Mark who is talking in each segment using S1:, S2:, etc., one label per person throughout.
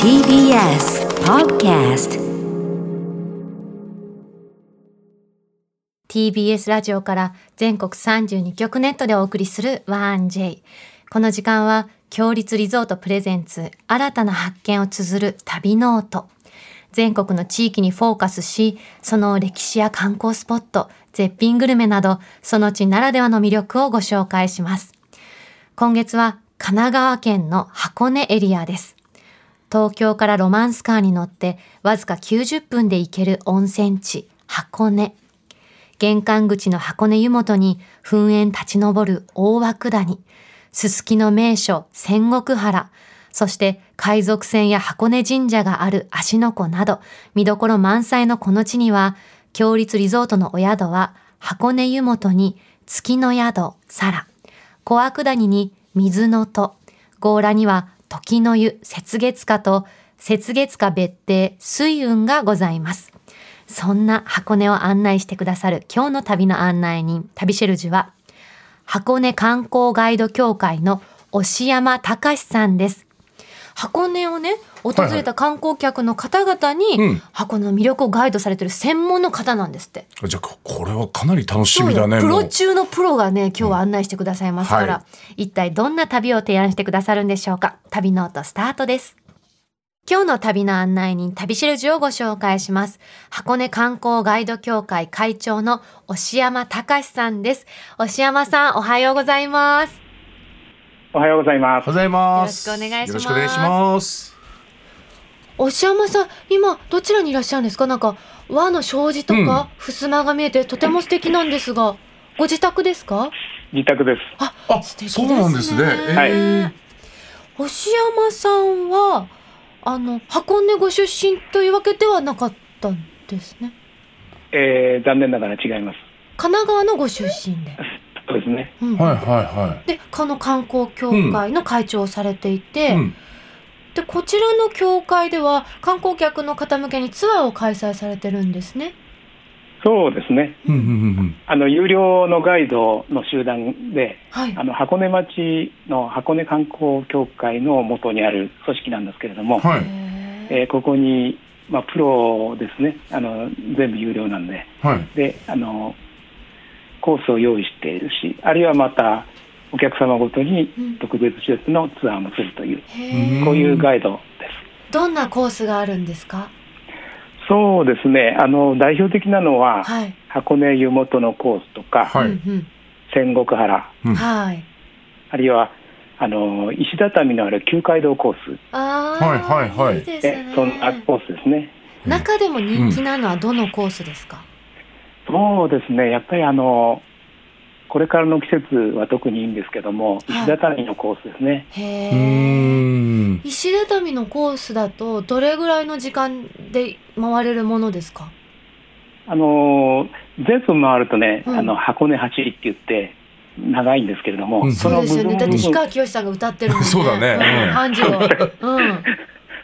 S1: TBS Podcast
S2: TBS ラジオから全国32局ネットでお送りする 1J この時間は強立リゾートプレゼンツ新たな発見を綴る旅ノート全国の地域にフォーカスしその歴史や観光スポット絶品グルメなどその地ならではの魅力をご紹介します今月は神奈川県の箱根エリアです東京からロマンスカーに乗ってわずか90分で行ける温泉地箱根玄関口の箱根湯本に噴煙立ち上る大涌谷、すすきの名所仙石原、そして海賊船や箱根神社がある芦ノ湖など、見どころ満載のこの地には、強立リゾートのお宿は箱根湯本に月の宿、さら、小涌谷に水の戸、強羅には時の湯、雪月花と、雪月花別邸、水雲がございます。そんな箱根を案内してくださる今日の旅の案内人、旅シェルジュは、箱根観光ガイド協会の押山隆さんです。箱根をね、訪れた観光客の方々に、
S3: うん
S2: 箱根の魅力をガイドされてる専門の方なんですって。
S3: じゃあここれはかなり楽しみだね。
S2: プ
S3: もう
S2: ロ中のプロがね、今日は案内してくださいますから、
S3: うんは
S2: 一体どんな旅を提案してくださるんでしょうか。旅ノートスタートです。今日の旅の案内人、旅しるじをご紹介します。箱根観光ガイド協会会長の押山隆さんです。押山さん、おはようございます。
S4: おはようございま
S3: お
S4: す。
S3: はようございます。
S2: よろしくお願いします
S3: よろしくお願いします。
S2: 押山さん、今、どちらにいらっしゃるんですかなんか、和の障子と
S3: うん
S2: か、襖が見えて、とても素敵なんですが、ご自宅ですか
S4: 自宅です。
S3: あ、
S2: 素敵です
S3: そ
S2: ね
S3: うなんですね。
S2: はい
S3: え
S2: 星山さんはあの箱根ご出身というわけではなかったんですね
S4: えー、残念ながら違います。
S2: 神奈川のご出身で、
S4: そうですね。
S2: うん
S3: ーはいは
S2: でこの観光協会の会長をされてい
S3: いは
S2: て、
S3: い。うん、
S2: でこちらの協会では観光客の方向けにツアーを開催されてるんですね
S4: そうですね。
S3: うん、うん、
S4: あの有料のガイドの集団で、
S2: はい
S4: あの箱根町の箱根観光協会の元にある組織なんですけれど
S3: うん。
S4: も、
S3: は
S2: へ
S3: い、
S2: ー
S4: えーここにまあプロですね。あの全部有料なんで、
S3: はい。
S4: で、あのコースを用意しているし、あるいはまたお客様ごとに
S2: うん
S4: 特別施設のツアーもするという、
S2: へー
S4: こういうガイドです。
S2: どんなコースがあるんですか
S4: そうですね。あの代表的なのは。
S2: はい、
S4: 箱根湯本のコースとか、
S3: はい
S2: うん
S4: 仙石原
S2: うん、はい
S4: あるいはあの石畳のある旧街道コース
S2: あー
S3: はいはいはい
S2: いです
S4: で
S2: ね
S4: そんなコースですね。
S2: 中でも人気なのはどのコースですか、
S4: そうですねやっぱりあのこれからの季節は特にいいんですけども
S2: はい
S4: 石畳のコースですね、
S2: へ
S3: う
S2: え
S3: ーん。
S2: 石畳のコースだとどれぐらいの時間で回れるものですか
S4: あの全部回るとね、
S2: うん
S4: あの箱根走りって言って長いんですけれども、
S3: うん
S2: そうですよねだって
S4: 部
S2: 氷
S4: 分
S2: 川きよしさんが歌ってるもんね
S3: そうだねうん
S2: 半次郎 うん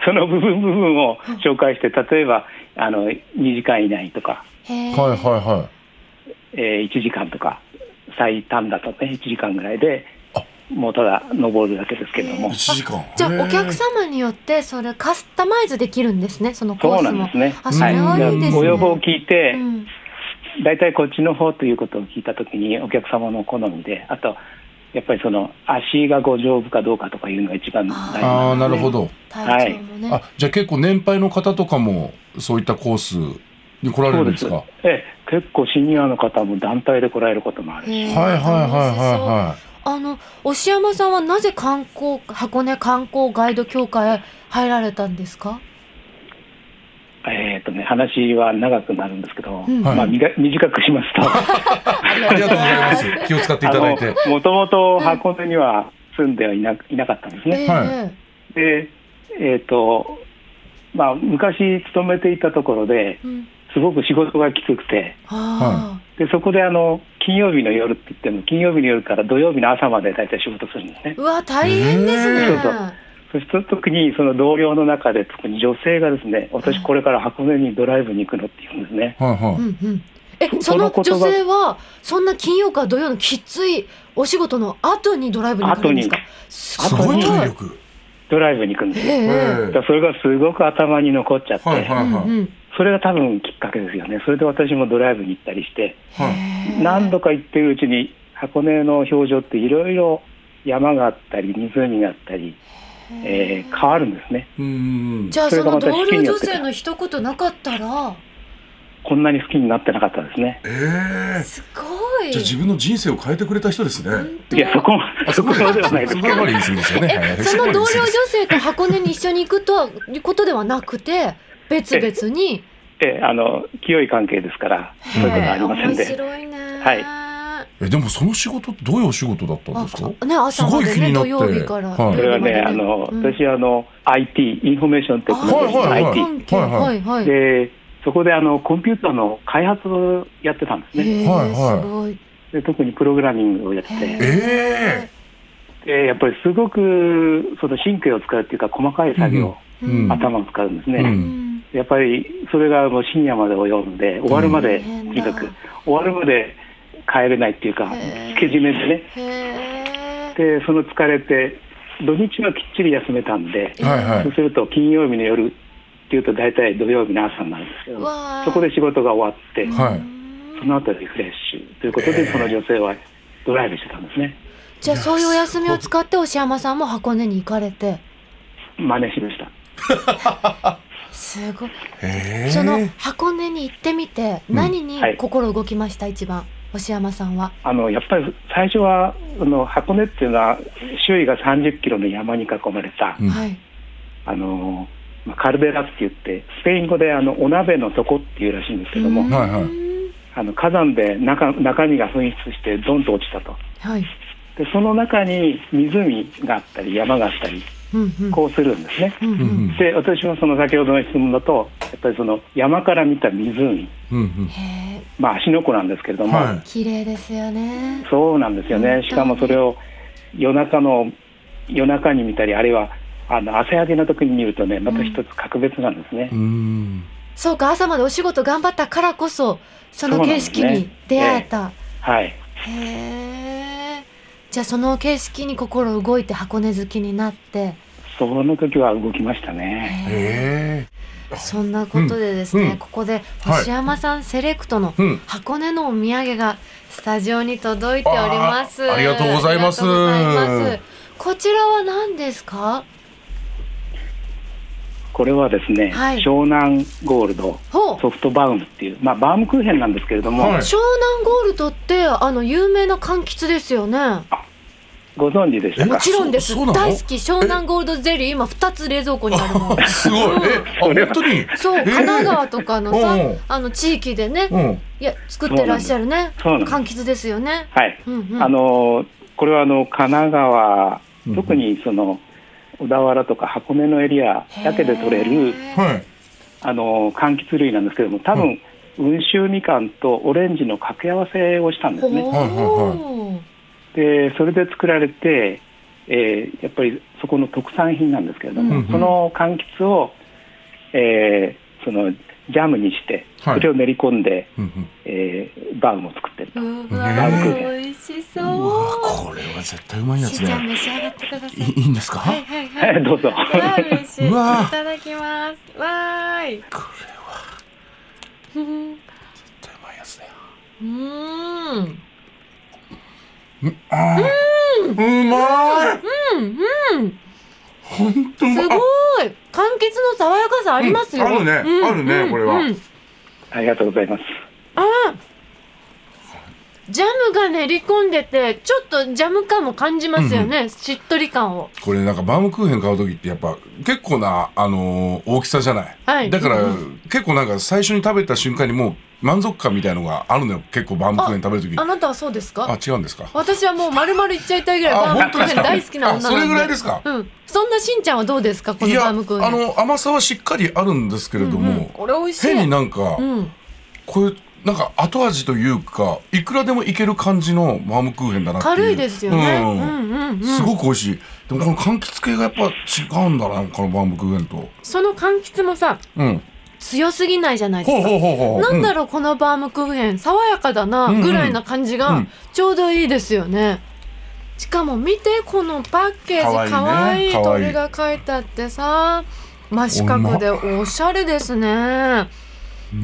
S4: その部分部分を紹介して例えばあの2時間以内とか、
S2: へえ
S3: はいはいは
S4: えー1時間とか最短だとね1時間ぐらいで
S3: あ
S4: もうただ登るだけですけれど
S3: い。
S4: も
S3: 一時間。
S2: じゃあお客
S3: ん。
S2: 様によってそれカスタマイズできるんですねそのコ
S4: そう
S2: ー
S4: な
S2: ス
S4: ん
S2: も
S4: ですね。
S2: あそれはいいですね
S4: ご要望を聞いて
S2: う、ん
S4: 大体こっちの方ということを聞いたときに、お客様の好みで、あと、やっぱりその足がご丈夫かどうかとかいうのが一番大事ですね
S3: ああ、なるほど。
S2: 体調もね、
S3: あ、じゃあ結構年配の方とかもそういったコースに来られ
S4: そ
S3: る
S4: うんで
S3: です
S4: す
S3: か。。
S4: ええ、結構シニアの方も団体で来られることもあるし。
S2: へえ
S3: はいはいはい
S2: 楽しそう
S3: は
S2: あの押山さんはなぜ観光箱根観光ガイド協会へ入られたんですか、
S4: えっ、とね、話は長くなるんですけど、
S2: うん
S4: まあ、みが短くしますと。
S2: あり
S3: いはい。ありがとうございます。気を使っていただいて。
S4: もともと箱根には住んではいないなかったんですね。
S2: ええ
S3: は
S4: で、えっ、と、まあ、昔勤めていたところで、
S2: うん
S4: すごく仕事がきつくて、
S2: あ
S4: で、そこであの、金曜日の夜って言っても、金曜日の夜から土曜日の朝まで大体仕事するんですね
S2: ー。うわ大変ですね、
S3: え
S4: ーそうそして特にその同僚の中で、特に女性がですね、私これから箱根にドライブに行くのって言うんですね。
S3: いは
S2: うんうんえそ
S4: そ
S2: の
S4: の
S2: 女
S4: 言葉
S2: 性はそんな金曜から土曜のきついお仕事の後にドライブに行かれるんですかす
S4: 後
S3: いはい。す
S2: ご
S3: ごい
S2: い
S3: 体力。
S4: ドライブに行くんですよ。
S3: え
S2: え
S4: だからそれがすごく頭に残っちゃって、
S3: はいは
S2: えう
S3: い
S2: ん
S3: は
S2: う
S3: い。
S2: ん
S4: それが多分きっかけですよね。それで私もドライブに行ったりして、
S3: はい。
S4: 何度か行ってるうちに箱根の表情っていろいろ山があったり湖があったり、えー変わるんですね。
S3: うんうん。
S2: じゃあそ
S4: それが
S2: の
S4: また
S2: 同
S4: 好き
S2: 僚
S4: にな
S2: 女
S4: ってた
S2: 性の一言なかったら
S4: こんなに好きになってなかったですね。
S3: ええ。
S2: すごい
S3: じゃあ自分の人生を変えてくれた人ですね。
S2: 本当
S4: いやそこも
S3: あ
S4: そこまではないです
S3: そ
S4: け
S3: こま
S4: ど
S3: で、言い過ぎですよね。はい
S2: その同
S3: そこ
S2: 僚
S3: まで
S2: 女性と箱根に一緒に行くとはいうことではなくて別々に
S4: えーあの清い関係ですから そういうことはありません
S2: 面
S4: で、
S2: 白いね
S4: はい
S3: 言い過ぎですえでもその仕事どういうお仕事だったんですか。
S2: あね朝まです
S3: ごい気
S2: ね
S3: にな
S2: 土
S3: って
S2: 曜日から
S3: はい
S4: それは
S2: 土
S4: ね
S2: 曜
S4: あ
S2: 日まで
S4: の、
S2: うん
S4: 私はあの IT インフォメーションテクノロジーの
S3: はい
S4: IT、
S2: 関係
S3: はい
S2: は
S3: はい
S2: はい
S4: でそこであのコンピューターの開発をやってたんですね。
S2: へー
S3: はいはい
S2: すごい
S4: で特にプログラミングをやって、
S2: へ
S3: え
S4: でやっぱりすごくその神経を使うっていうか細かい作業、
S2: う
S3: うんん
S4: 頭を使うんですね、
S3: うん
S2: うん
S4: やっぱりそれがもう深夜まで及んで終わるまで、
S2: うん
S4: とにかく終わるまで帰れないっていうか
S2: へー
S4: つけ締めでね
S2: へえ
S4: でその疲れて土日はきっちり休めたんで
S3: え。はいは
S4: そう
S3: い。
S4: すると金曜日の夜っていうと大体土曜日の朝になるんですけど
S2: わー
S4: そこで仕事が終わって
S3: はい
S2: うん
S4: その後リフレッシュということでその女性はドライブしてたんですね
S2: じゃあそういうお休みを使って押山さんも箱根に行かれて
S4: 真似しました
S2: すごい
S3: ええ。
S2: その箱根に行ってみて何に
S4: はい
S2: 心動きました一番押山さんは
S4: あのやっぱり最初はあの箱根っていうのは周囲が30キロの山に囲まれた、
S3: うん
S2: はい
S4: あのまあカルベラって言ってスペイン語であのお鍋の底っていうらしいんですけども、
S2: うん
S3: はいはい
S4: あの火山で中中身が噴出してドンと落ちたと
S2: はい
S4: でその中に湖があったり山があったり
S2: うんうん
S4: こうするんですね、
S2: うんうん
S3: うんうん
S4: で私もその先ほどの質問だとやっぱりその山から見た湖
S3: うんうん。
S2: へえ
S4: まあ芦ノ湖なんですけれども、
S3: は
S2: 綺麗ですよね
S4: そうなんですよね。しかもそれを夜中の夜中に見たり、あるいはあの朝焼けの時に見るとね、また一つ格別なんですね
S3: い。う。ん。
S2: そうか朝までお仕事頑張ったからこそその景色に出会えた
S4: はい。
S2: へえじゃあその景色に心動いて箱根好きになって
S4: その時は動きましたね。
S2: へえ
S3: え
S2: そんなことでですね、
S3: うん
S2: ここで
S3: はい
S2: 星山さんセレクトの
S3: え。うん。
S2: 箱根のお土産がスタジオに届いております
S3: あーありがとうございます
S2: ありがとうございますこちらは何ですか
S4: これはですね、
S2: はい
S4: 湘南ゴールド
S2: ほう
S4: ソフトバウムっていう、まあバウムクーヘンなんですけれども、
S3: はい
S2: 湘南ゴールドってあの有名な柑橘ですよね
S4: ご存知でした
S3: え
S2: も
S4: か。
S2: ちろんです
S3: そうそうなの
S2: 大好き湘南ゴールドゼリー今2つ冷蔵庫にあるの
S3: すごい。え、あ
S4: それ
S3: 本
S4: は
S3: 当に。
S2: そう
S3: えー
S2: 神奈川とかのさ、
S3: うん
S2: あの地域でね、
S3: うん。
S2: いや作ってらっしゃるね
S4: そうなんです
S2: 柑橘ですよね
S4: はい。
S2: うんうん
S4: あのこれはあの神奈川
S3: うん、
S4: 特にその小田原とか箱根のエリアだけで取れる。
S2: へー
S3: はい。
S4: あの柑橘類なんですけども多分、温州みかんとオレンジの掛け合わせをしたんですね
S2: ほ
S3: はいはい
S2: ー
S4: でそれで作られて、えーやっぱりそこの特産品なんですけれども、
S3: うんうん
S4: その柑橘を、えーそのジャムにして
S3: はい
S4: それを練り込んで、
S3: うんうん。
S4: えーバウムを作ってる
S2: う
S3: ね
S2: わー美味しそう
S3: うわこれは絶対うまいや
S2: し
S3: つ
S2: ーちゃん
S3: ね。
S2: 召し上がってくださ
S3: い
S2: い
S3: いいんですか。
S2: はいはいはい
S4: どうぞ
S2: わー嬉しいいう
S3: わー
S2: ただきますわーい
S3: これは
S2: うん
S3: 絶対うまいやつだよ。
S2: うん
S3: あーうま
S2: う
S3: い。
S2: ん
S3: 本当うますい
S2: ごい柑橘の爽やかさありますよ、
S3: うんあるね
S2: うん
S3: あるね
S2: うん
S3: これは
S2: うん
S4: ありがとうございます
S2: ジャムが練り込んでてちょっとジャム感も感じますよね、しっとり感を
S3: これなんかバウムクーヘン買う時ってやっぱ結構な、あのー大きさじゃない、
S2: はい
S3: だから、
S2: う
S3: 結構なんか最初に食べた瞬間にもう満足感みたいのがあるのよ結構バウムクーヘン食べる時に
S2: あ
S3: あ
S2: なたはそうですか
S3: 違うんですか
S2: 私はもう丸々いっちゃいたいぐらいバ
S3: あ
S2: ームクーヘン
S3: 本当ですか
S2: 大好きな女なんで
S3: あそれぐらいですか
S2: うん、そんなしんちゃんはどうですかこ
S3: い
S2: の
S3: や
S2: バ
S3: あ
S2: ームクーヘン
S3: の甘さはしっかりあるんですけれども、
S2: うんうんこれ美味しい
S3: 変になんか、
S2: うん、
S3: こういうなんか後味というかいくらでもいける感じのバウムクーヘンだなっていう
S2: 軽いですよね、
S3: うん
S2: うんうんうん、
S3: すごく美味しいでもこの柑橘系がやっぱ違うんだなこのバウムクーヘンと
S2: その柑橘もさ
S3: うん
S2: 強すぎないじゃないです
S3: ほう
S2: か
S3: ほうほうほう
S2: なんだろう、このバームクーヘン爽やかだな
S3: うんうん
S2: ぐらいな感じ
S3: う
S2: が
S3: ん
S2: ちょうどいいですよね、しかも見てこのパッケージか
S3: か
S2: わ
S3: わ
S2: いい
S3: いいねかわいい
S2: 鳥が書いてあってさ真四角でおしゃれですね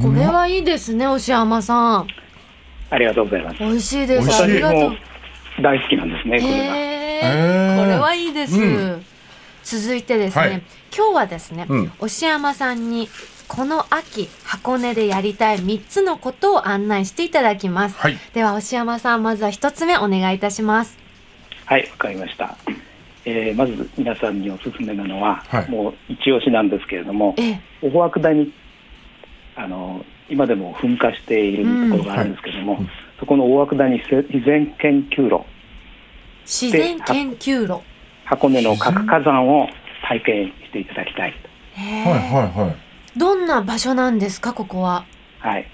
S2: これはいいですね押山さん
S4: ありがとうございます。
S2: 美味しいです
S3: 美味しい
S2: ありがとう
S4: 大好きなんですね、これが。
S2: へ
S3: へ
S2: ー
S3: ー
S2: これはいいです、
S3: うん
S5: 続いてですね、
S3: はい
S5: 今日はですね、
S3: うん
S5: 押山さんにこの秋箱根でやりたい3つのことを案内していただきます、
S3: はい
S5: では押山さんまずは1つ目お願いいたします
S4: はい、わかりました。えーまず皆さんにおすすめなのは、
S3: はい
S4: もう一押しなんですけれども、
S5: ええ
S4: オホアクダにあの今でも噴火しているところがあるんですけれども、
S3: うんはい
S4: そこの大涌谷自然研究路、
S5: 自然研究路
S4: 箱根の核火山を体験していただきたいと。
S5: へー
S3: はいはいはい。
S5: どんな場所なんですかここは、
S4: はい、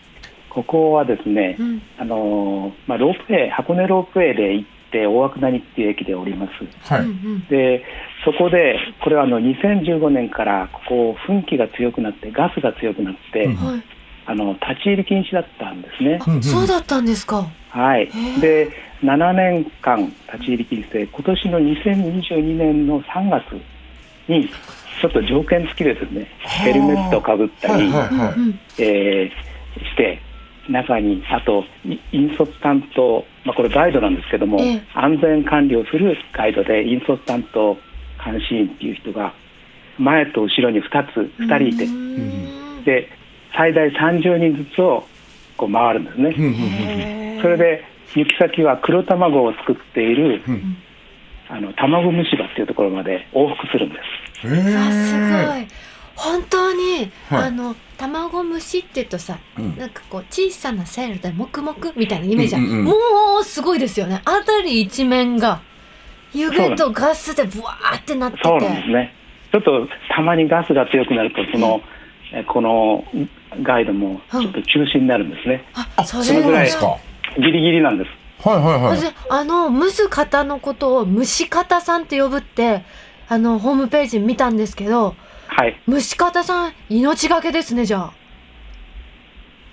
S4: ここはですね、
S5: うん
S4: あのーまあ、ロープウェイ箱根ロープウェイで行って大涌谷っていう駅で降ります。
S3: は
S5: うんう
S3: い。
S5: ん
S4: でそこでこれはあの2015年からここ噴気が強くなってガスが強くなって、
S3: うん
S2: はい
S4: あの立ち入り禁止だったんですね。
S3: うんうん
S2: そうだったんですか
S4: はい
S2: ー、
S4: で7年間立ち入り禁止で今年の2022年の3月にちょっと条件付きですねヘルメットをかぶった
S3: はい
S4: り、
S3: はいは
S2: う
S3: い。
S2: ん
S4: えーして中にあとい引率担当、まあ、これガイドなんですけども、
S2: ええ
S4: 安全管理をするガイドで引率担当監視員っていう人が前と後ろに2つ2人いて、
S2: うーん
S4: で最大30人ずつをこう回るんですね。
S3: うんうんうん
S2: へー
S4: それで行き先は黒卵を作っている、
S3: うん
S4: あの卵虫歯っていうところまで往復するんで
S3: え
S4: す。
S2: うわすご
S3: ー
S2: い本当に、
S3: はい
S2: あの卵蒸しって言うとさ
S3: うん
S2: なんかこう小さなセールで黙々みたいなイメージじゃん,、
S3: うんうんうん
S2: もうすごいですよね辺り一面が湯気とガスでブワーってなってて
S4: そうなんですね。ちょっとたまにガスが強くなるとその、えこのガイドもちょっと中止になるんですね。
S2: あそ
S3: それ
S2: れ
S3: ぐ
S2: は
S3: らいですか。は
S4: ギリギリなんです。
S3: いはいはい。
S2: 私あの蒸す方のことを蒸し方さんって呼ぶってあのホームページ見たんですけど
S4: はい、
S2: 蒸し方さん命がけですねじゃ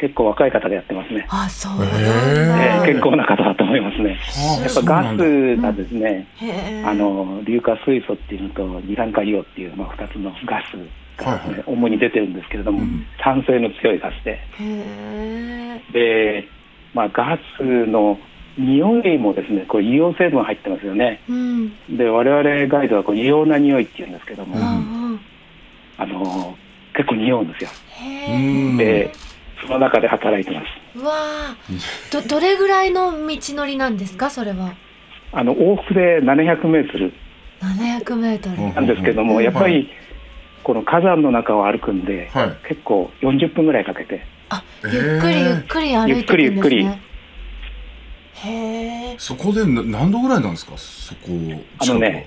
S4: 結構若い方でやってますね。
S2: ああそうなん
S4: え
S3: へ
S2: だ、
S4: ー結構な方だと思いますね。
S3: はあ
S4: やっ
S3: そ
S4: ぱ
S3: うな
S4: ガ
S3: ん
S4: ス
S3: だ
S4: がですね、
S2: へー
S4: あの硫化水素っていうのと二酸化硫黄っていうまあ二つのガスがですね、
S3: はいは
S4: 主に出てるんですけれども、
S3: うん
S4: 酸性の強いガスで。
S2: へ
S4: で、まあ、ガスの匂いもですねこれ硫黄成分入ってますよね
S2: ーうん
S4: で我々ガイドはこう異様な匂いっていうんですけども、
S3: う
S2: うんん
S4: あの結構匂うんですよ
S2: へ
S3: う
S2: ー
S3: ん
S4: でその中で働いてます
S2: うわあどどれぐらいの道のりなんですかそれは
S4: あの往復で700メートル
S2: 700メートル、
S3: うん
S4: なんですけども、
S3: うん
S4: やっぱ
S3: は
S4: りこの火山の中を歩くんで、
S3: はい
S4: 結構40分ぐらいかけて
S2: あ
S3: え
S2: ゆ
S3: ー
S2: っくりゆっくり歩いていくんですね
S4: ゆっくりゆっく
S2: へえ
S3: そこでな何度ぐらいなんですかそこ
S4: あのね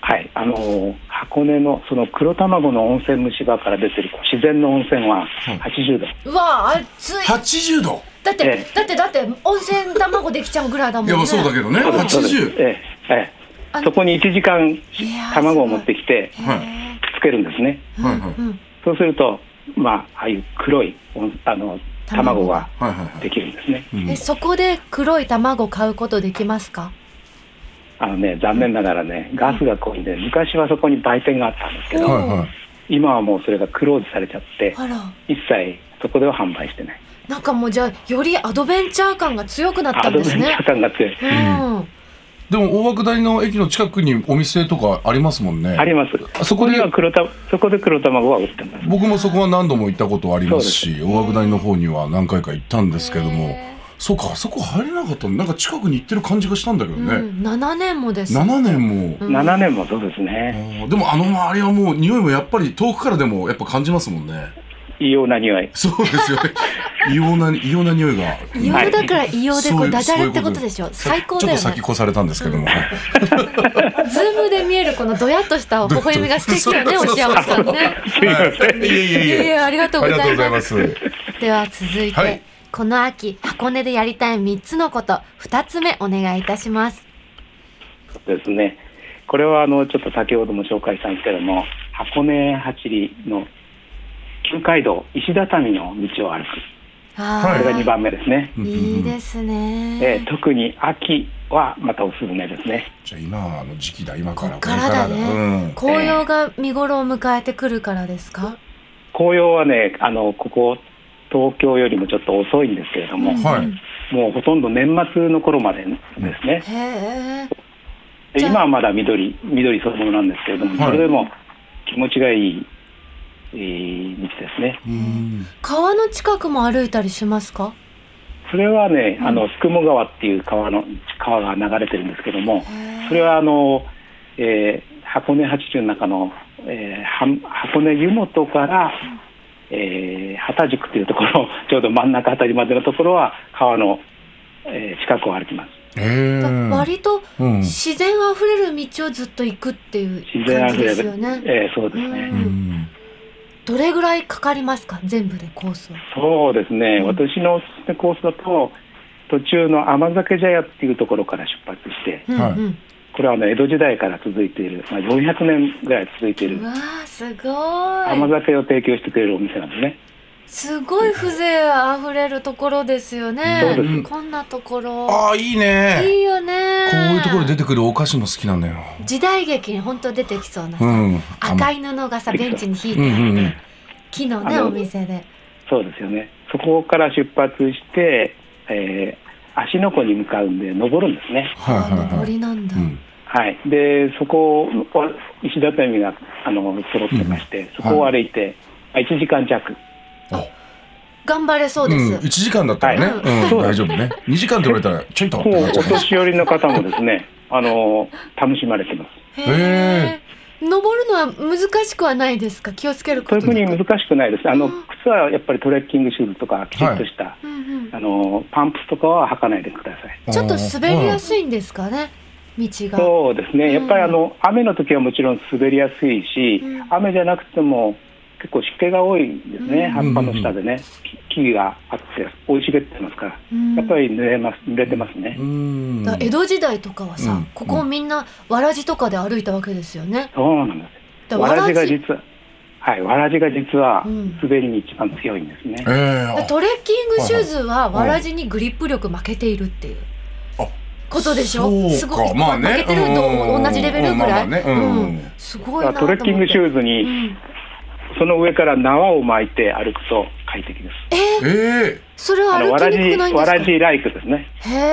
S4: はいあの箱根のその黒卵の温泉虫歯から出てるこう自然の温泉は
S3: はい
S4: 80度、
S2: うわあ暑い
S3: 八十度
S2: だって、
S4: え
S2: だってだって温泉卵できちゃうぐらいだもんね
S3: いやまあそうだけどね
S4: そうで
S3: 八
S4: す
S3: 十
S4: ええええ
S2: あの
S4: そこに1時間し
S2: いやー
S4: 卵を持ってきて
S2: へ
S3: はい
S2: え
S4: つけるんですね
S2: うん
S3: はいはい
S2: うん
S4: そうするとまあああいう黒いおんあの
S2: 卵
S4: 卵
S2: が
S4: が
S3: はいはいは
S4: で
S3: い
S4: きるんですね
S3: うん
S2: えそこで黒い卵買うことできますか
S4: あのね残念ながらねガスが濃いんで昔はそこに売店があったんですけど
S3: はいはい
S4: 今はもうそれがクローズされちゃって
S2: あら
S4: 一切そこでは販売してない
S2: なんかもうじゃあよりアドベンチャー感が強くなった
S4: ア
S2: ん
S4: ド
S2: で
S4: ベンチ
S2: すね
S4: ャー感が強い
S2: うん
S3: でも大涌谷の駅の近くにお店とかありますもんね
S4: あります
S3: あそこで
S4: 今黒たそこで黒卵は売ってます
S3: 僕もそこは何度も行ったことありますし大涌谷の方には何回か行ったんですけども
S2: へ
S3: そうかあそこ入れなかったのなんか近くに行ってる感じがしたんだけど
S2: ーう
S3: ね
S2: ん、7年もです
S3: 7年も
S2: うん
S4: 7年もそうです
S3: あ
S4: ね
S3: ーでもあの周りはもう匂いもやっぱり遠くからでもやっぱ感じますもんね
S4: 異様な匂い
S3: そうですよね異様な異様な匂いが
S2: 異様だから異様でこ
S3: そう
S2: う
S3: いう
S2: ダジャレってことで
S3: そういうこと
S2: しょ最高
S3: ちょっ
S2: だよ
S3: と
S2: ね
S3: 先越されたんですけども、はい
S2: ズームで見えるこのドヤっとした微笑みが素敵だよね
S3: そう
S2: 押山さん ね
S4: すいません
S3: いえいえ
S2: い
S3: い
S2: やい
S3: え。
S2: やありがとう
S3: あ
S2: ご
S3: りが
S2: ざ
S3: とう
S2: い
S3: ござい
S2: ま
S3: ますす。はい。
S5: では続いて、
S3: はい
S5: この秋箱根でやりたい3つのこと2つ目お願いいたします
S4: ですね。これはあのちょっと先ほども紹介したんですけども、箱根八里の旧街道石畳の道を歩く。
S2: あ
S3: は
S2: ー
S4: これが2番目ですね。
S3: うんうんうん
S2: いいですね
S4: えー特に秋はまたおすすめですね。
S3: じゃあ今あの時期だ今から
S2: こっからだね
S3: これ
S2: 紅
S3: からうん
S2: 葉が見頃を迎えてくるからですか、
S4: 紅葉はね、あのここ東京よりもちょっと遅いんですけれども、
S3: はい
S4: もうほとんど年末の頃までですね。
S2: へえ
S4: で
S2: じゃあ
S4: 今はまだ緑緑そのものなんですけれども、
S3: はい
S4: それでも気持ちがいい、えー道ですね。
S3: うん
S2: 川の近くも歩いたりしますか
S4: それはね、あの宿毛川っていう川の川が流れてるんですけども、それはあの、えー箱根八中の中の、えーは箱根湯本から、えー畑宿っていうところ、 ちょうど真ん中あたりまでのところは川の、えー近くを歩きます。
S3: ええ
S2: 割と
S3: うん
S2: 自然あふれる道をずっと行くっていう
S4: 自然あ
S2: 感
S4: ふ
S2: じで
S4: れ
S2: す
S4: る
S2: よね。
S4: えーそうですね。
S2: う
S3: うんん
S2: どれぐらいかかりますか全部でコースは。
S4: そうですね、
S2: うん
S4: 私のおすすめコースだと途中の甘酒茶屋っていうところから出発して
S2: うん
S3: はい
S2: うん
S4: これはあの江戸時代から続いている、まあ、400年ぐらい続いていうる
S2: わあすご
S4: 甘
S2: い。
S4: 酒を提供してくれるお店なんですね、
S2: すごい風情あふれるところですよね。
S4: そうです
S2: こんなところ。
S3: ああいいね
S2: いいよね。
S3: こういうところ出てくるお菓子も好きなんだよ
S2: 時代劇に本当出てきそうな
S3: う
S2: さ、
S3: ん
S2: 赤い布がさベンチに引いてあ
S3: う
S2: っ
S3: ん
S2: て、
S3: うんうん
S2: 木のね
S4: あの
S2: お店で。
S4: そうですよねそこから出発して、えー芦ノ湖に向かうんで登るんですね
S3: はいはいは
S2: 登
S3: い
S2: りなんだ。
S3: うん
S4: はいでそこを石畳があの揃ってまして、そこを歩いて、まあ1時間弱
S2: 頑張れそうで
S3: うん
S2: す。
S3: 1時間だったらね
S2: は
S3: うん大丈夫ね2時間って言われたらちょいとって
S4: もう
S3: なっ
S4: お
S3: ちゃう
S4: 年寄りの方もですねあの楽しまれてます
S2: へえ。登るのは難しくはないですか。気をつける
S4: そ
S2: こ
S4: ういう
S2: と
S4: ふう
S2: と
S4: に
S2: か。
S4: 難しくないです。あ
S2: う
S4: の
S2: ん
S4: 靴はやっぱりトレッキングシューズとかきちっとした、
S2: うんうん
S4: あのパンプスとかは履かないでください。
S2: ちょっと滑りや
S3: い
S2: すいんですかね。道が。
S4: そうですね。やっぱり
S2: う
S4: あ
S2: ん
S4: の雨の時はもちろん滑りやすいし、
S2: うん
S4: 雨じゃなくても結構湿気が多いんですね。
S2: うん
S4: 葉っぱの下でね、木木があって生い茂ってますから、
S2: うん
S4: やっぱり濡れます濡れてますね。
S3: うん
S2: だから江戸時代とかはさ、
S3: うん
S2: ここをみんなわらじとかで歩いたわけですよね。
S4: そうなんです。
S2: だ
S4: わらじが
S2: だ
S4: 実ははい、わらじが実は
S2: うん
S4: 滑りに一番強いんですね。
S3: ええ
S2: から
S3: あ
S2: トレッキングシューズは
S3: はい
S2: わらじにグリップ力負けているっていう
S3: あ
S2: ことでし
S3: そう
S2: ょ。
S3: か
S2: すごい、
S3: まあね
S2: 負けてるのと同じレベルぐらい。
S3: うんまあまあねうん
S2: すごいなと
S4: ト
S2: 思
S4: レ
S2: って。
S4: ッキングシューズに、
S2: うん
S4: その上から縄を巻いて歩くと快適で
S2: え
S4: す。
S2: ー、
S3: ええ
S2: それは
S4: あの
S2: 歩
S4: わ
S2: き
S4: らじ
S2: にくくないんで
S4: わ
S2: すから
S4: じライクですね。
S2: へ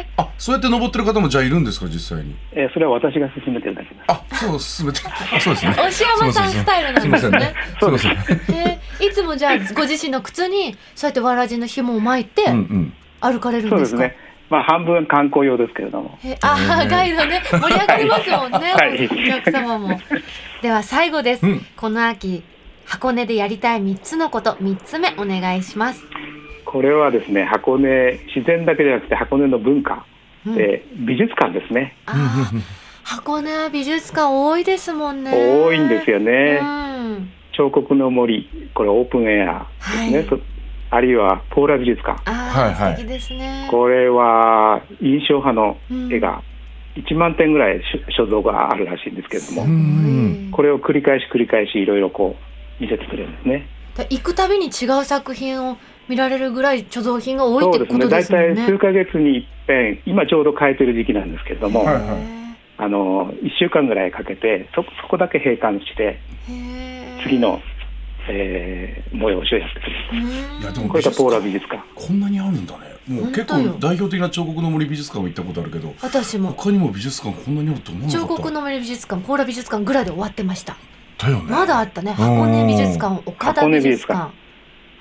S2: え。
S3: あそうやって登ってる方もじゃあいるんですか実際に
S4: えーそれは私が勧めてるだけです。
S3: あそう進めてあそうですね
S2: 押山さんスタイルなんですね。
S3: すいませんすいません
S2: えーいつもじゃあご自身の靴にそうやってわらじの紐を巻いて
S3: うんうん
S2: 歩かれる
S4: そ
S2: んで
S4: うですす
S2: か。
S4: ね。まあ半分観光用ですけれども。
S2: えああ、ガイドね、盛り上がりますもんね、
S4: はい
S2: お客様も。では最後です。
S3: うん
S2: この秋、箱根でやりたい3つのこと、3つ目お願いします。
S4: これはですね、箱根自然だけじゃなくて箱根の文化、
S2: うん
S4: えー美術館ですね。
S2: あー箱根は美術館多いですもんね。
S4: 多いんですよね
S2: うん、
S4: 彫刻の森、これオープンエアですね。
S2: はい
S4: そあるいはポーラ美術館。
S2: ああ、
S3: はいはい
S2: 素敵ですね。
S4: これは印象派の絵が1万点ぐらい所蔵があるらしいんですけれど
S2: すご
S4: も、
S2: い
S3: うん
S4: これを繰り返し繰り返しいろいろこう見せてくれるんですね。
S2: だ行くたびに違う作品を見られるぐらい貯蔵品が多いってこと
S4: 大
S2: ですもん
S4: 体
S2: ね。
S4: 数ヶ月に一遍、今ちょうど変えてる時期なんですけれども、
S3: はい
S4: あの1週間ぐらいかけてそそこだけ閉館して
S2: へー
S4: 次。の、えー催しをやってくれ
S2: う
S4: る
S2: ん
S3: いやでも
S4: これがポーラ美術館
S3: こんなにあるんだねもう結構
S2: 本当よ
S3: 代表的な彫刻の森美術館は行ったことあるけど
S2: 私も
S3: 他にも美術館こんなにあると思わなか
S2: 彫
S3: った
S2: 刻の森美術館、ポーラ美術館ぐらいで終わってました。
S3: だよね
S2: まだあったね。箱根美術館、岡田美術館。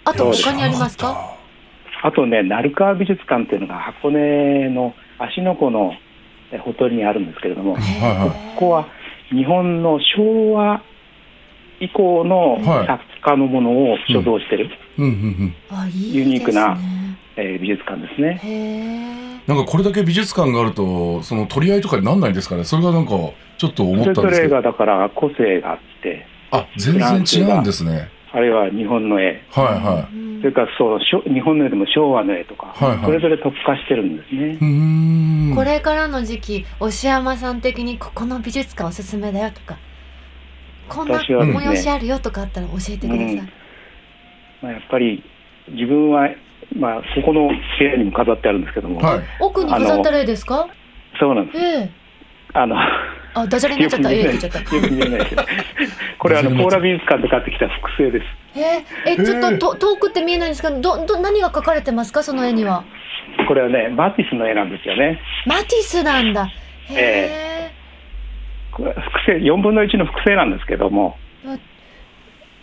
S2: あと
S4: 根美術
S2: 他
S4: 館
S2: にありますか？
S4: あとね鳴川美術館っていうのが箱根の芦ノ湖のえほとりにあるんですけれども
S3: 知
S4: こ
S3: らなかったはいはい
S4: こは日本の昭和以降の
S3: はい
S4: 作家のものを所蔵してる、
S3: うんうんうん
S2: あ、いいですね。
S4: ユニークなえー美術館ですね。
S2: へえ。
S3: なんかこれだけ美術館があるとその取り合いとかになんないですかねそれがなんかちょっと思
S4: そ
S3: っ
S4: れ
S3: た
S4: ぞ
S3: んですけ
S4: れ
S3: ど
S4: がだから個性があって
S3: あ全然違うんですね
S4: あるいは日本の絵
S3: はいは
S2: うん
S4: それからそうしょ日本の絵でも昭和の絵とか、
S3: はいはい
S4: それぞれ特化してるんですね
S3: い。うーん
S2: これからの時期、押山さん的にここの美術館おすすめだよとか、こんな
S4: 私はですね
S2: 催しあるよとかあったら教えてください。
S4: まあ、やっぱり自分は、まあ、ここの部屋にも飾ってあるんですけども、
S3: はい
S2: 奥に飾ったらいいですか？
S4: そうなんです。
S2: ええ
S4: あの、
S2: あ、ダジャレになっちゃった。ええ出ちゃった。
S4: よく見えないです。これはあの、ポーラ美術館で買ってきた複製です。
S2: えええ、ちょっとと遠くって見えないんですけど、ど、ど、何が描かれてますか、その絵には。
S4: これはね、マティスの絵なんですよね。
S2: マティスなんだ。へえ。
S4: これ複製、4分の1の複製なんですけども、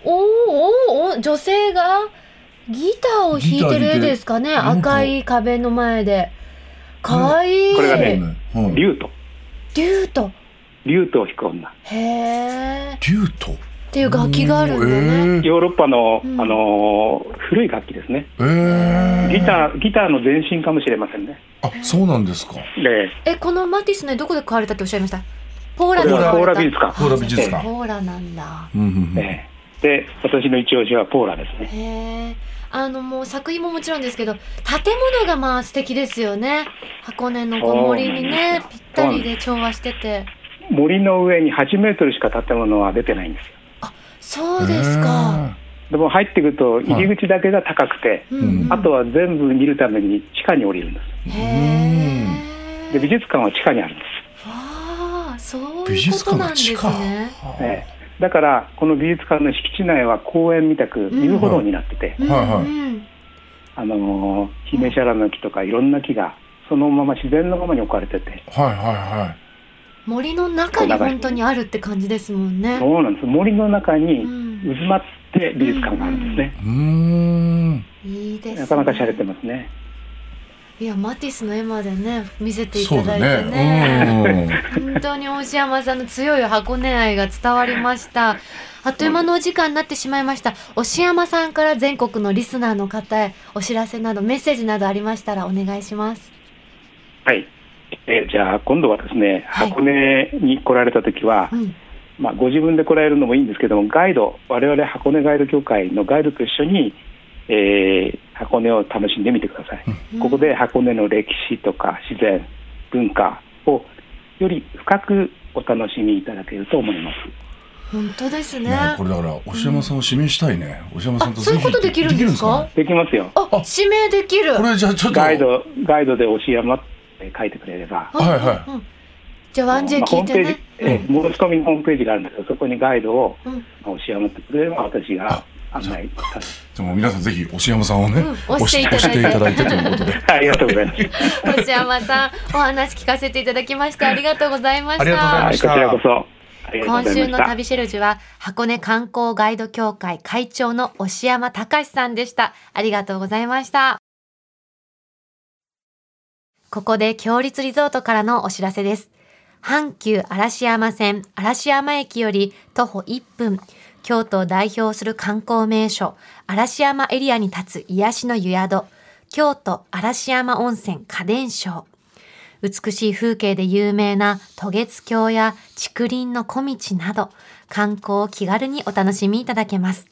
S2: おーおーおー女性がギターを弾いてる絵ですかね。
S3: ター弾いて
S2: 赤い壁の前で。かわいい。
S4: これが
S3: そう
S4: ね
S3: ねはい
S4: 竜と、
S2: 竜と。
S4: 竜とを弾く女。
S2: へえ。っ
S3: 竜と
S2: ていう楽器があるんだね。
S3: えー
S4: ヨーロッパの、
S2: うん
S4: あのー古い楽器ですね。
S3: えー
S4: ギター、ギターの前身かもしれませんね。
S3: あそうなんですか
S4: で、
S2: え、このマティスの絵どこで買われたっておっしゃいましたポーラ
S4: これ
S2: で
S4: は
S2: 買
S4: ポー
S2: われ
S4: ラ
S2: た
S4: 美術館。
S3: ポーラ美術館
S2: ポーラなんだ。
S3: うんうんうん
S4: ええで、私の一押しはポーラですね。
S2: へえ。あのもう作品ももちろんですけど、建物がまあ素敵ですよね。箱根のこう森にね、ぴったりで調和してて。
S4: 森の上に8メートルしか建物は出てないんですよ。
S2: そうですか。
S4: でも入ってくると入り口だけが高くて、
S2: う
S3: うん
S2: ん。
S4: あとは全部見るために地下に降りるんで
S2: へえ。
S4: す。で、美術館は地下にあるんで
S2: わあ、そう
S3: 美
S2: いうこ
S3: 術
S2: と
S3: 館
S2: なん
S3: の
S2: で
S3: 地
S2: す
S3: 下
S2: ね。
S4: す。ええだから、この美術館の敷地内は公園みたく遊歩道になってて、
S2: うん
S3: はいはい
S2: うん
S4: あのー、ヒメシャラの木とかいろんな木が、そのまま自然のままに置かれてて、
S3: はいはいはい
S2: 森の中に本当にあるって感じですもんね。
S4: そうなんです。森の中に
S2: うん
S4: 渦まって美術館があるんですね。
S3: うーん
S2: いいですね。
S4: なかなか洒落てますね。
S2: いや、マティスの絵までね、見せてい
S3: そ
S2: た
S3: うだ
S2: だいてね。
S3: ね
S2: 本当に大石山さんの強い箱根愛が伝わりま した。あっという間のお時間になってしまいました。押山さんから全国のリスナーの方へお知らせなどメッセージなどありましたらお願いします。
S4: はい。えーじゃあ、今度はですね、
S2: はい
S4: 箱根に来られた時は
S2: う、ん。
S4: まあ、ご自分で来られるのもいいんですけどもガイド我々箱根ガイド協会のガイドと一緒に、えー箱根を楽しんでみてください、ここで箱根の歴史とか自然文化をより深くお楽しみいただけると思います
S2: 本当です
S3: うん
S2: ね。
S3: ねこれだから押山さんを指名したいね押山さんと
S2: あそういうことできるんですか
S4: できますよ
S2: あ、指名できる。
S3: これじゃあちょっと
S4: ガイドガイドで押山って書いてくれれば
S2: うん
S3: はいは
S2: うんうんじゃあ、ワンジェ
S4: まあホ
S2: 聞
S4: ー
S2: いて
S4: ムペー
S2: ね
S4: ジ。、えー申し込みのホームページがあるんですけどそこにガイドを
S2: うん。
S4: 押山ってくれれば私が案内させ
S3: でも皆さんぜひ押山さんをね
S2: うん押していただいて
S3: 押していただいてということで
S4: てありがとうございます
S2: 星山さん、お話聞かせていただきましてありがとうございました。
S3: ありがとうございま
S4: はいこちらこそありがとう
S2: 今
S4: ございました
S2: 週の旅シェルジュは箱根観光ガイド協会会長の押山隆さんでしたありがとうございましたここで強立リゾートからのお知らせです阪急嵐山線嵐山駅より徒歩1分京都を代表する観光名所嵐山エリアに立つ癒しの湯宿京都嵐山温泉花伝賞美しい風景で有名な渡月橋や竹林の小道など、観光を気軽にお楽しみいただけます。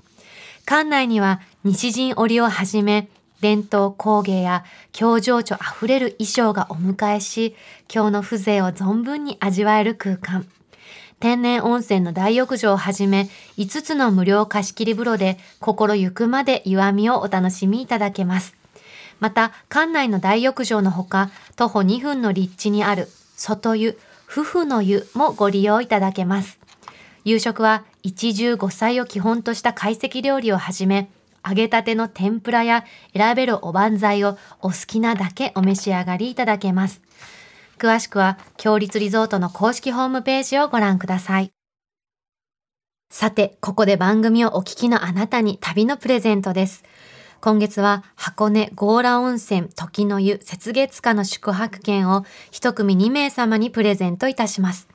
S2: 館内には西陣織をはじめ、伝統工芸や表情書あふれる衣装がお迎えし、京の風情を存分に味わえる空間。天然温泉の大浴場をはじめ、5つの無料貸し切り風呂で心ゆくまで湯あみをお楽しみいただけます。また、館内の大浴場のほか、徒歩2分の立地にある外湯、夫婦の湯もご利用いただけます。夕食は一汁五菜を基本とした懐石料理をはじめ、揚げたての天ぷらや選べるおばんざいをお好きなだけお召し上がりいただけます。詳しくは、強立リゾートの公式ホームページをご覧ください。さて、ここで番組をお聞きのあなたに旅のプレゼントです。今月は箱根強羅温泉時の湯雪月花の宿泊券を一組2名様にプレゼントいたします。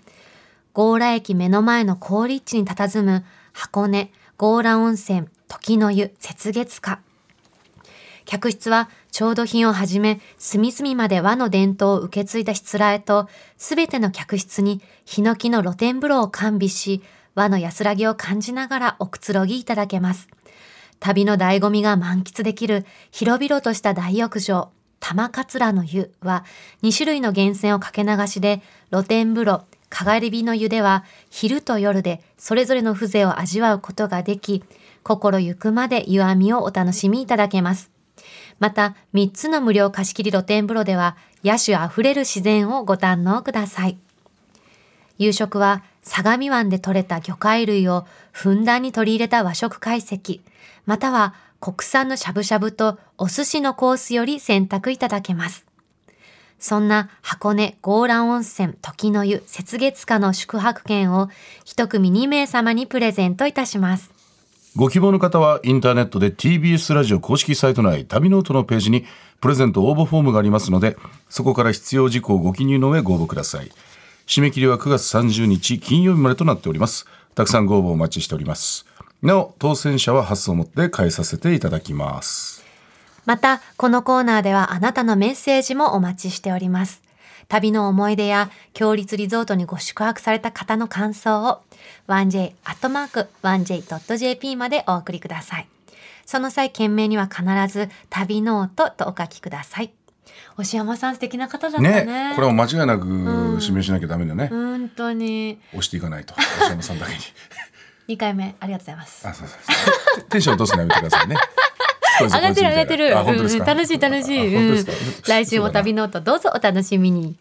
S2: 強羅駅目の前の高立地に佇む箱根強羅温泉時の湯雪月花。客室は調度品をはじめ隅々まで和の伝統を受け継いだしつらえとすべての客室にヒノキの露天風呂を完備し和の安らぎを感じながらおくつろぎいただけます。旅の醍醐味が満喫できる広々とした大浴場、玉桂の湯は2種類の源泉をかけ流しで、露天風呂、かがり火の湯では昼と夜でそれぞれの風情を味わうことができ、心ゆくまで湯あみをお楽しみいただけます。また、3つの無料貸し切り露天風呂では、野手あふれる自然をご堪能ください。夕食は相模湾で採れた魚介類をふんだんに取り入れた和食懐石、または国産のしゃぶしゃぶとお寿司のコースより選択いただけます。そんな箱根強羅温泉時の湯雪月花の宿泊券を一組2名様にプレゼントいたします。
S3: ご希望の方はインターネットで TBS ラジオ公式サイト内旅ノートのページにプレゼント応募フォームがありますのでそこから必要事項をご記入の上ご応募ください締め切りは9月30日金曜日までとなっておりますたくさんご応募お待ちしておりますなお当選者は発送をもって返させていただきます
S2: またこのコーナーではあなたのメッセージもお待ちしております旅の思い出や強立リゾートにご宿泊された方の感想を 1j.1j.jp までお送りください。その際、件名には必ず旅ノートとお書きください。押山さん素敵な方だね、
S6: ね、これは間違いなく指名しなきゃダメだね、
S2: うん、本当に
S6: 押していかないと押山さんだけに
S2: 2回目ありがとうございます
S6: あそうそうテンション落とすのやめてくださいね
S2: 上がってる上がってる、うん、楽しい楽しい、うん、来週も旅ノートどうぞお楽しみに